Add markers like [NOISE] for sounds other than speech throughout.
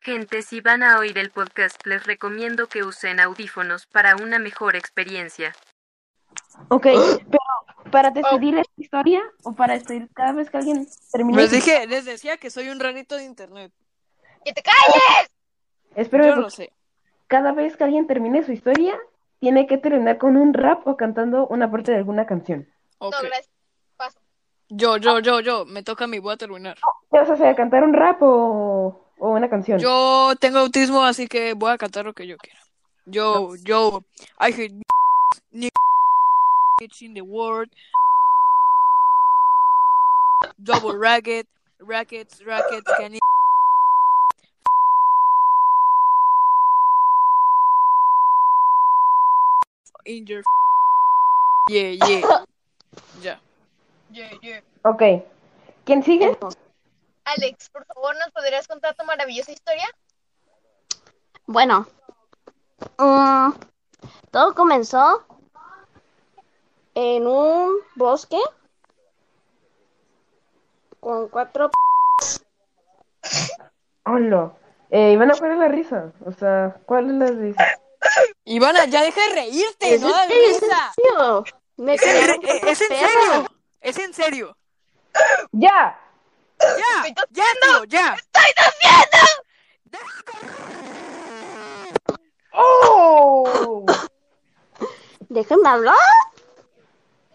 Gente, si van a oír el podcast, les recomiendo que usen audífonos para una mejor experiencia. Ok, pero para despedir esta historia o para despedir cada vez que alguien termine. Les Pues dije, les decía que soy un rarito de internet. ¡Que te calles! Espero Yo que lo sé. pues, cada vez que alguien termine su historia, tiene que terminar con un rap o cantando una parte de alguna canción. Ok. No, gracias. Paso. Yo, yo, yo, yo. Me toca a mí, voy a terminar. ¿Qué vas a hacer? ¿Cantar un rap o, o una canción? Yo tengo autismo, así que voy a cantar lo que yo quiera. Yo, yo. I hate niggas in the world. Double racket, rackets, rackets, can you- in your yeah yeah ya Yeah, yeah. Ok. ¿Quién sigue? Alex, por favor, ¿nos podrías contar tu maravillosa historia? Bueno, mm, todo comenzó en un bosque con cuatro... p- Hola. Eh, Ivana, ¿cuál es la risa? O sea, ¿cuál es la risa? Ivana ya deja de reírte ¿Es no da en serio? ¿Es en risa serio? Me es en, creo que Eh, es en perro. serio es en serio ¡Ya! ¡Ya! ¡Ya, tío! ¡Ya! ¡Oh! Déjenme hablar.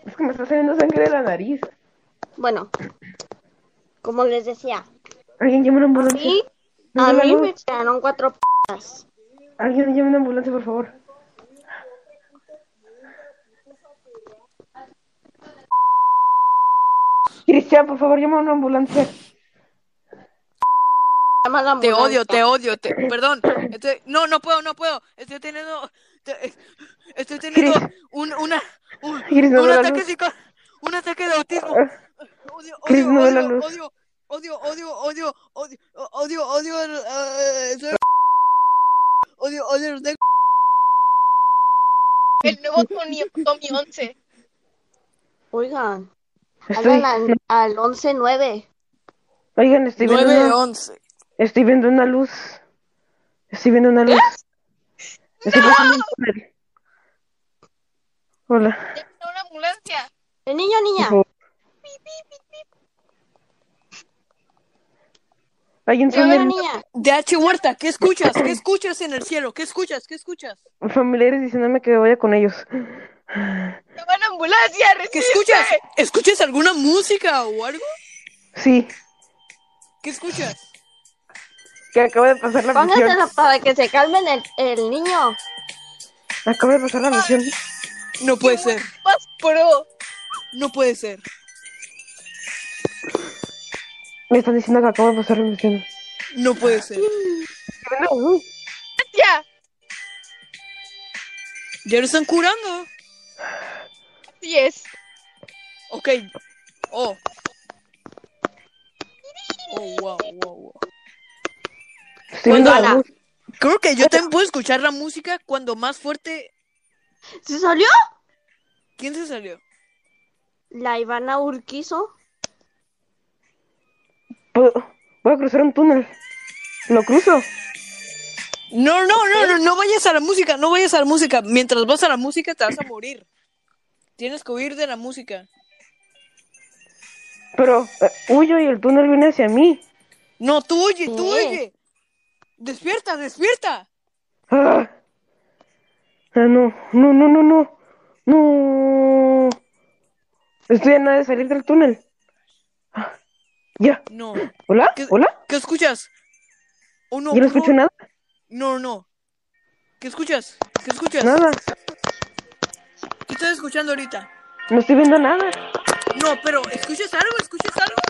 Es que me está saliendo sangre de la nariz. Bueno, como les decía, Alguien llame una ambulancia. y No, ¿Ah, a no, mí no. me tiraron cuatro... p- Alguien llame una ambulancia, por favor. Cristian, por favor, llama a una ambulancia. llama a la Te ambulancia. odio, te odio, te... Perdón. Estoy- No, no puedo, no puedo. Estoy teniendo... te- Estoy teniendo Cris. un, una, un, Cris, no un ve la ataque luz. Ah, psico- Un ataque de autismo. Odio, Cris, odio, no ve la odio, luz. odio, odio, odio, odio, odio, odio, odio, el- eh, soy- odio, odio, los de- El nuevo Tony, Tommy 11. Oigan, Estoy, hablan Ah, al, al 119. oigan, estoy viendo, una, 9-11. estoy viendo una luz. Estoy viendo una luz. Estoy pasando un túnel. Hola. Llama a una ambulancia. El niño, por niña. favor. Alguien Yo son era niña. DH Huerta, ¿qué escuchas? ¿Qué escuchas en el cielo? ¿Qué escuchas? ¿Qué escuchas? familiares diciéndome que vaya con ellos. Llama a una ambulancia. ¿Qué resiste. escuchas? ¿Escuchas alguna música o algo? Sí, ¿Qué escuchas? que acaba de pasar la misión. Póngatela para que se calmen el, el niño. Acaba de pasar la misión. No puede ser, Más pro. no puede ser. Me están diciendo que acaba de pasar la misión. No puede ser. Ya. Ya lo están curando. Así es. Ok. Oh. Oh, wow, wow, wow. Estoy viendo la Bueno, luz. Creo que yo también puedo escuchar la música cuando más fuerte. ¿Se salió? ¿Quién se salió? La Ivana Urquizo. Puedo- Voy a cruzar un túnel. Lo cruzo. No, no, no, no, no vayas a la música, no vayas a la música. Mientras vas a la música te vas a morir. Tienes que huir de la música. Pero eh, huyo y el túnel viene hacia mí. No, tú oye, tú Sí. oye. Despierta, despierta. ¡Ah! Ah, no, no, no, no, no. No. Estoy a nada de salir del túnel. Ah, Ya. No. ¿Hola? ¿Qué- ¿Hola? ¿Qué escuchas? Oh, no, Yo no por escucho nada. No, no. ¿Qué escuchas? ¿Qué escuchas? Nada. ¿Qué estás escuchando ahorita? No estoy viendo nada. No, pero ¿escuchas algo? ¿Escuchas algo?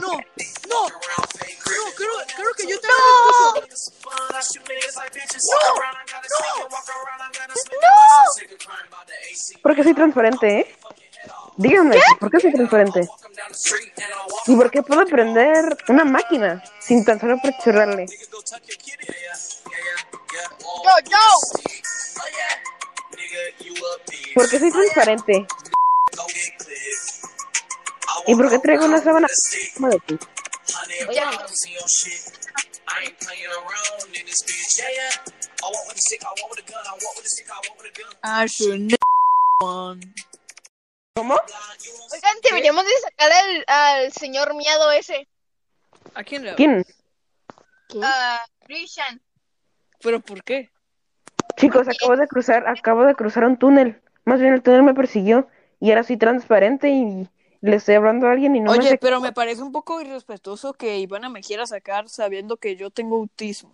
No, no, no, creo, creo que yo también lo escucho. ¿Por qué soy transparente, eh? Díganme, ¿por qué soy transparente? ¿Y por qué puedo prender una máquina sin tan solo presionarle? Yo, yo. ¿Por qué soy transparente? ¿Y por qué traigo una sábana? Madre, Oigan, Ya. I ain't playing around in this bitch. Yeah, yeah. I walk with a stick, I walk with a gun, I walk with a stick, I walk with a gun. I should one. ¿Cómo? Oigan, deberíamos de sacar al, al señor miado ese. ¿A quién le ¿Quién? ¿Qué? A Christian. ¿Pero por qué? Chicos, acabo de cruzar, acabo de cruzar un túnel. Más bien el túnel me persiguió y ahora soy transparente y le estoy hablando a alguien y no me Oye, sé- pero me parece un poco irrespetuoso que Ivana me quiera sacar sabiendo que yo tengo autismo.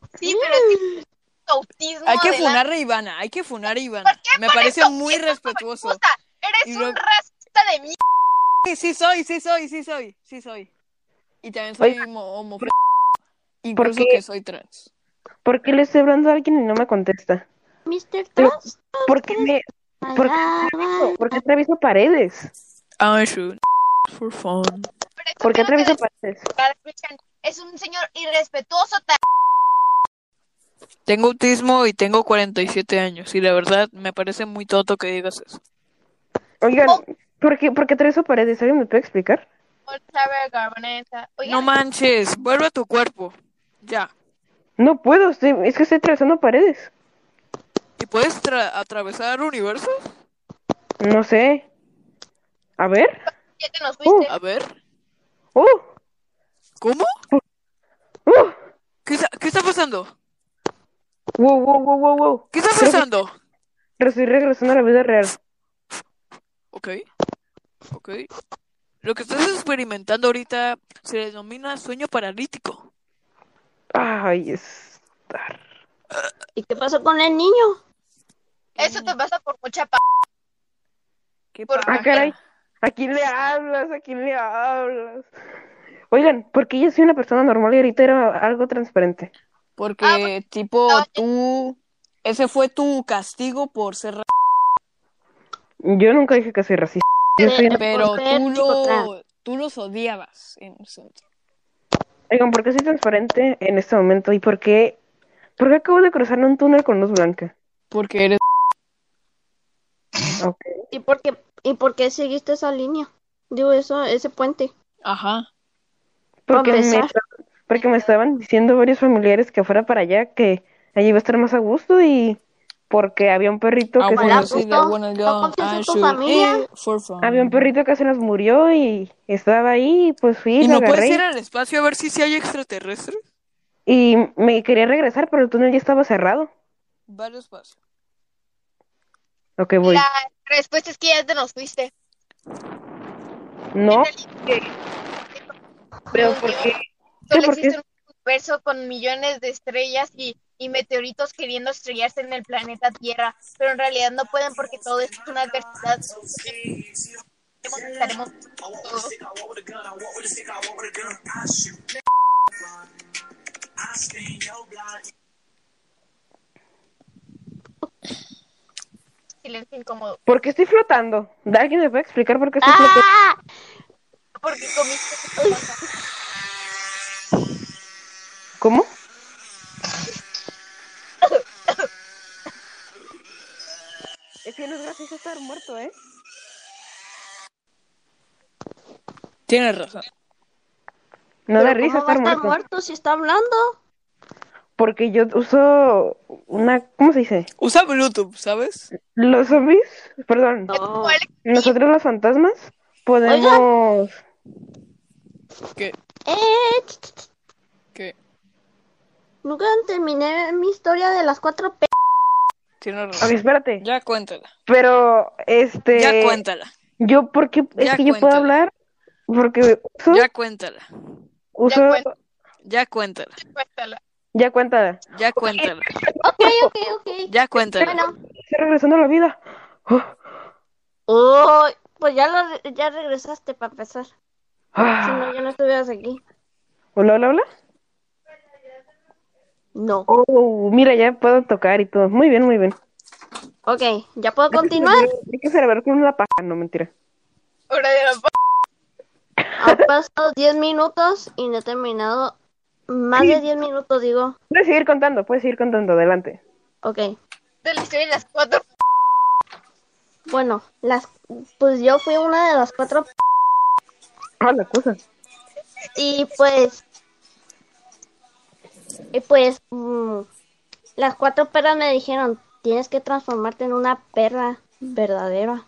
mm, Sí, pero es que es autismo. Hay que adelante. funar a Ivana, hay que funar a Ivana. Me Por parece eso, muy eso, irrespetuoso. puta, Y Eres lo- un racista de mierda. Sí, sí soy, sí soy, sí soy, sí soy. Y también soy Oiga, homofóbico. por [LAUGHS] Incluso qué? que soy trans. ¿Por qué le estoy hablando a alguien y no me contesta? Mr. Pero- Trans. ¿Por qué me, por qué Ah, atravieso, por qué atravieso paredes? I should [LAUGHS] for fun. Pero eso ¿Por qué tengo que atravieso paredes? destacar, Christian. Es un señor irrespetuoso. ta- Tengo autismo y tengo 47 años. Y la verdad, me parece muy tonto que digas eso. Oigan, Oh. ¿por qué, por qué atravieso paredes? ¿Alguien me puede explicar? Otra verga, Vanessa. Oigan, No manches, vuelve a tu cuerpo. Ya. No puedo, estoy- es que estoy atravesando paredes. ¿Y puedes tra- atravesar universos? No sé. A ver. ya te nos fuiste. A ver. ¡Uh! ¿Cómo? ¡Uh! ¿Qué está, qué está pasando? ¡Wow, wow, wow, wow, wow! ¿Qué está pasando? Estoy regresando a la vida real. Ok. Ok. Lo que estás experimentando ahorita se denomina sueño paralítico. Ay, es... ah. ¿Y qué pasó con el niño? Eso te pasa por mucha p. ¿Qué Por- Ah, caray. ¿A quién le hablas? ¿A quién le hablas? Oigan, porque yo soy una persona normal y ahorita era algo transparente. Porque, Ah, tipo, no, yo- tú... Ese fue tu castigo por ser... ra- Yo nunca dije que soy racista. Yo soy una- Pero ser tú chico lo... trans. Tú los odiabas en un centro. Oigan, ¿por qué soy transparente en este momento? ¿Y por qué... ¿Por qué acabo de cruzar un túnel con luz blanca? Porque eres... Ok. ¿Y por qué, y por qué seguiste esa línea? Digo, eso, ese puente. Ajá. Porque me, Para empezar. estaban- porque me estaban diciendo varios familiares que fuera para allá, que allí iba a estar más a gusto y porque había un perrito Ah, que se bueno, Hola, nos, sí, puto. de buena No John. confías en I tu should familia. eat Eh, for fun. había un perrito que se nos murió y estaba ahí y pues fui, ¿Y lo no puedes agarré ir al espacio a ver si sí hay extraterrestres? y me quería regresar, pero el túnel ya estaba cerrado. Va al espacio. Ok, voy. La respuesta es que ya te nos fuiste. No, pero Dios mío, porque Solo sé por qué. existe un universo con millones de estrellas y, y meteoritos queriendo estrellarse en el planeta Tierra, pero en realidad no pueden porque todo esto es una adversidad. Estaremos todos. Silencio incómodo. ¿por qué estoy flotando? ¿Alguien me puede explicar por qué estoy flotando? ¡Ah! Porque comiste. [COUGHS] ¿Cómo? Es que no es gracioso estar muerto, ¿eh? Tienes razón. No da ¿Pero risa ¿Cómo va a estar estar muerto. muerto si está hablando? Porque yo uso una, ¿cómo se dice? Usa Bluetooth, ¿sabes? Los zombies, perdón, No. Alex, nosotros los fantasmas podemos, ¿Qué? Eh, ch, ch, ch. ¿Qué? nunca terminé mi historia de las cuatro p. Tienes a razón. ver, espérate, Ya cuéntala. pero este, Ya cuéntala. yo porque es Ya que yo puedo cuéntala. hablar porque uso, Ya cuéntala. uso, Ya Ya cuéntala. cuéntala. cuéntala. ya cuéntala, Ya cuéntala. Ok, ok, ok. Ya cuéntala. Bueno. estoy regresando a la vida. Oh, Oh, pues ya, lo- ya regresaste para empezar. Si ah. no, ya no estuvieras aquí. Hola, hola, hola. No. Oh, mira, ya puedo tocar y todo. Muy bien, muy bien. Ok, ¿ya puedo continuar? Hay que celebrar con una paja, no mentira. Hora de la Han pasado 10 minutos y no he terminado. Más de 10 minutos, digo. Puedes seguir contando, puedes seguir contando, adelante. Ok. de la historia de las cuatro. Bueno, las, pues yo fui una de las cuatro Ah, la cosa. y pues Y pues mm, las cuatro perras me dijeron, tienes que transformarte en una perra verdadera.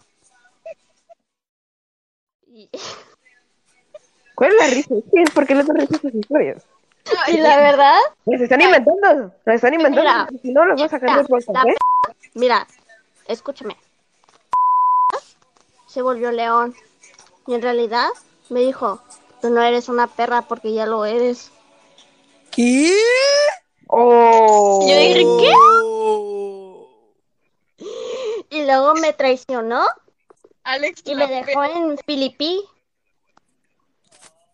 Y, [LAUGHS] ¿Cuál es la risa? ¿Qué? ¿Por qué le están risas sus historias? y la verdad, Nos están inventando. Nos están inventando. Mira. si no, los voy a sacar del podcast, La- ¿eh? mira, escúchame. Se volvió león. Y en realidad me dijo, tú no eres una perra porque ya lo eres. ¿Qué? Oh. Yo dije, ¿qué? Y luego me traicionó Alex, y la me dejó en Filipí.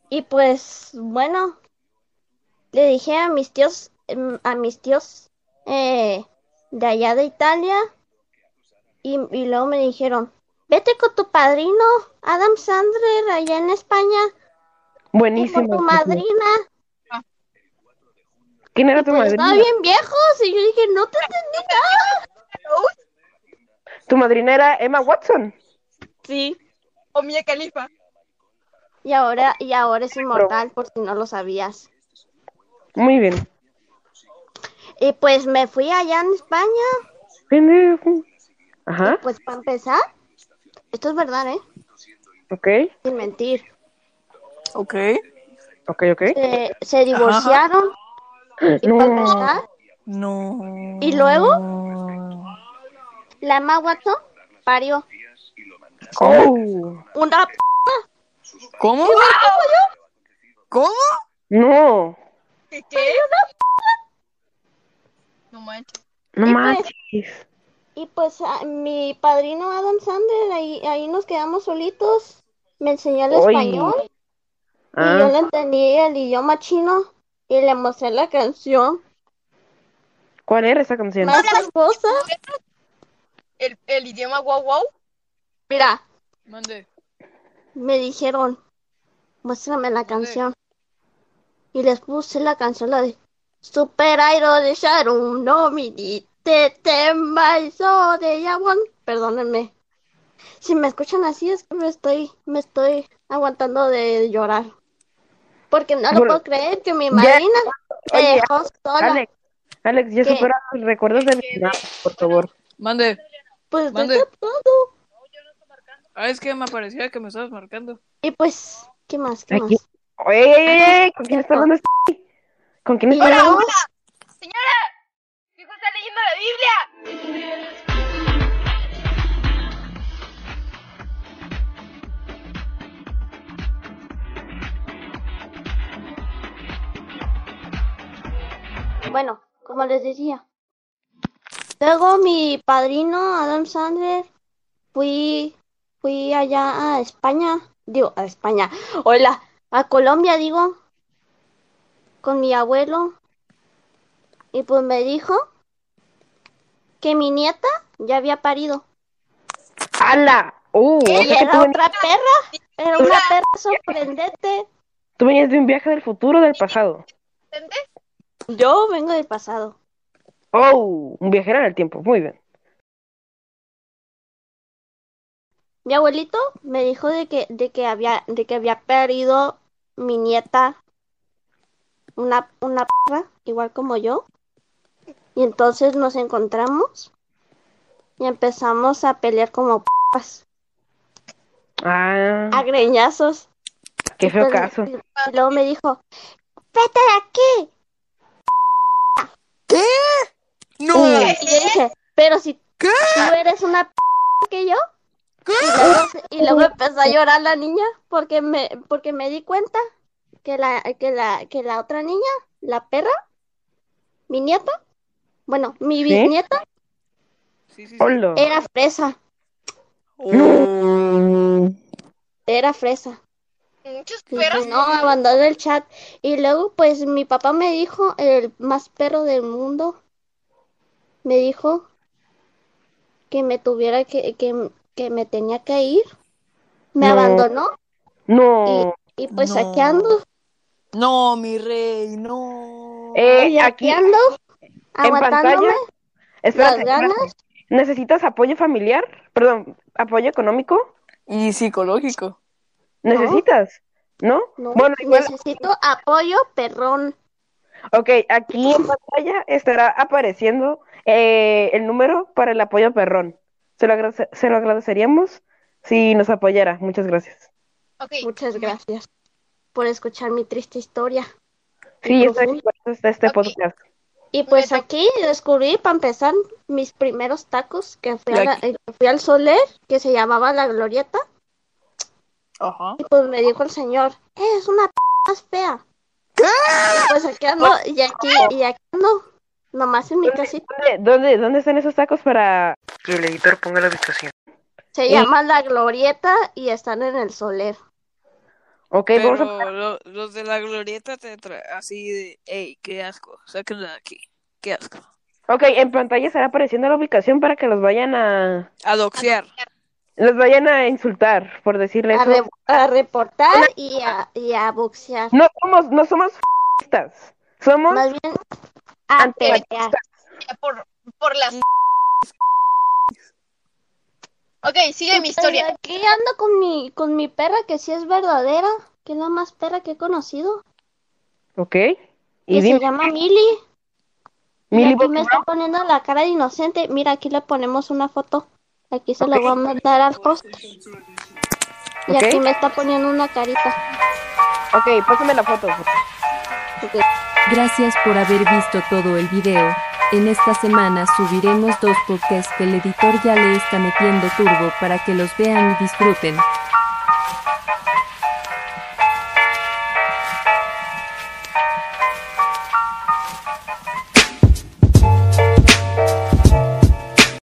Y pues bueno, le dije a mis tíos, em, a mis tíos eh, de allá de Italia, y, y luego me dijeron, vete con tu padrino, Adam Sandler, allá en España, y con Buenísimo. tu madrina. ¿Quién era tu Pues madrina? estaba bien viejos, y yo dije, no te entendí nada. Tu madrina era Emma Watson. Sí, o Mia Califa. y ahora, y ahora es inmortal, por si no lo sabías. Muy bien. Y pues me fui allá en España, Pendejo. Ajá, pues para empezar. Esto es verdad, ¿eh? ok, Sin mentir. Ok. ok, ok. Se, Eh, se divorciaron y para empezar. No. Y luego la ma Watson parió Oh, una p- ¿Cómo? ¿Cómo? no, ¿Qué? qué? No manches. no Sí, pues. manches. y pues a- mi padrino Adam Sandler ahí ahí nos quedamos solitos. Me enseñó el Oy. español y yo Ah, le entendí el idioma chino y le mostré la canción ¿cuál era esa canción? más esposa. El, el idioma guau guau. Mira, Mande. me dijeron, muéstrame la canción. Y les puse la canción, la de Super Aero de Sharon, no mi ni te tema y so de Yawon. Perdónenme. Si me escuchan así es que me estoy, me estoy aguantando de llorar. Porque no lo Bueno, puedo creer que mi ya- madrina me Oye, dejó sola. Alex, Alex, ya ¿Qué? supera los recuerdos de mi mamá, por favor. Mande. pues mande. deja todo. Ah, es que me parecía que me estabas marcando. Y pues, ¿qué más? ¿Qué Ay, más? ¿qué? Oye, ey, ey, ey, ¿con quién está hablando este? ¿Con quién Y está hablando? luego- Mi hijo está leyendo la Biblia. Bueno, como les decía. Luego mi padrino, Adam Sandler, fui, fui allá a España, digo, a España, hola, a Colombia, digo, con mi abuelo. Y pues me dijo que mi nieta ya había parido. ¡Hala! Uh, o sea que Y tú, era ven- otra perra, era una perra sorprendente. tú venías de un viaje del futuro o del pasado. ¿Entendés? Yo vengo del pasado. Oh, un viajero en el tiempo, muy bien. Mi abuelito me dijo de que, de que había, de que había perdido mi nieta una, una perra, igual como yo. Y entonces nos encontramos y empezamos a pelear como perras, Ah, a greñazos. qué feo Pues, caso. Y, y luego me dijo, vete de aquí. ¿Qué? No. Y yo dije, pero si ¿Qué? tú eres una p que yo. ¿Qué? Y luego, y luego empezó a llorar la niña porque me, porque me di cuenta que la, que la, que la otra niña, la perra, mi nieta, bueno, mi bisnieta, Sí, sí, sí. Hola. era fresa, Oh. No. era fresa. Muchos Y perros. dije, no, abandonó el chat. Y luego, pues, mi papá me dijo, el más perro del mundo, me dijo que me tuviera que, que, que me tenía que ir. Me No. abandonó No. y pues No. aquí ando, No, mi rey, no. Eh, y aquí, aquí ando, en aguantándome. pantalla. Espérate, las ganas. espérate. ¿Necesitas apoyo familiar? Perdón, apoyo económico. Y psicológico. ¿Necesitas? ¿No? No, Bueno, igual, necesito apoyo, perrón. Ok, aquí en pantalla estará apareciendo eh, el número para el apoyo perrón. Se lo, agrade- se lo agradeceríamos si nos apoyara. Muchas gracias. Ok, Muchas gracias por escuchar mi triste historia. Sí, estoy Ujú. de este Ok. podcast. Y pues Me to- aquí descubrí, para empezar, mis primeros tacos que fui, a Y la- aquí- eh, fui al Soler, que se llamaba La Glorieta. Ajá. Y pues me dijo el señor, "Eh, es una p más fea. Y pues aquí ando, y aquí, y aquí ando, nomás en mi casita. ¿Dónde, dónde, dónde están esos tacos para que el editor ponga la ubicación? Se Y- llama La Glorieta y están en el Soler. Ok, Pero vamos a... lo- los de la glorieta te traen así de, ey, qué asco, sáquenla de aquí, qué asco. Ok, en pantalla estará apareciendo la ubicación para que los vayan a... A doxear. Los vayan a insultar por decirle A, eso. re- a reportar y a, y a boxear. No somos, no somos f***istas. Somos... Más bien a Antimateria. pelear. ya por, por las... Ok, sigue mi Pues historia. Aquí ando con mi, con mi perra que sí es verdadera, que es la más perra que he conocido. Ok. Y Y se dime, llama Mili. Mili, y aquí me está poniendo la cara de inocente. Mira, aquí le ponemos una foto. Aquí se la voy a mandar al host. Y Ok. aquí me está poniendo una carita. ok, pásame la foto. Ok. Gracias por haber visto todo el video. En esta semana subiremos dos podcasts que el editor ya le está metiendo turbo para que los vean y disfruten.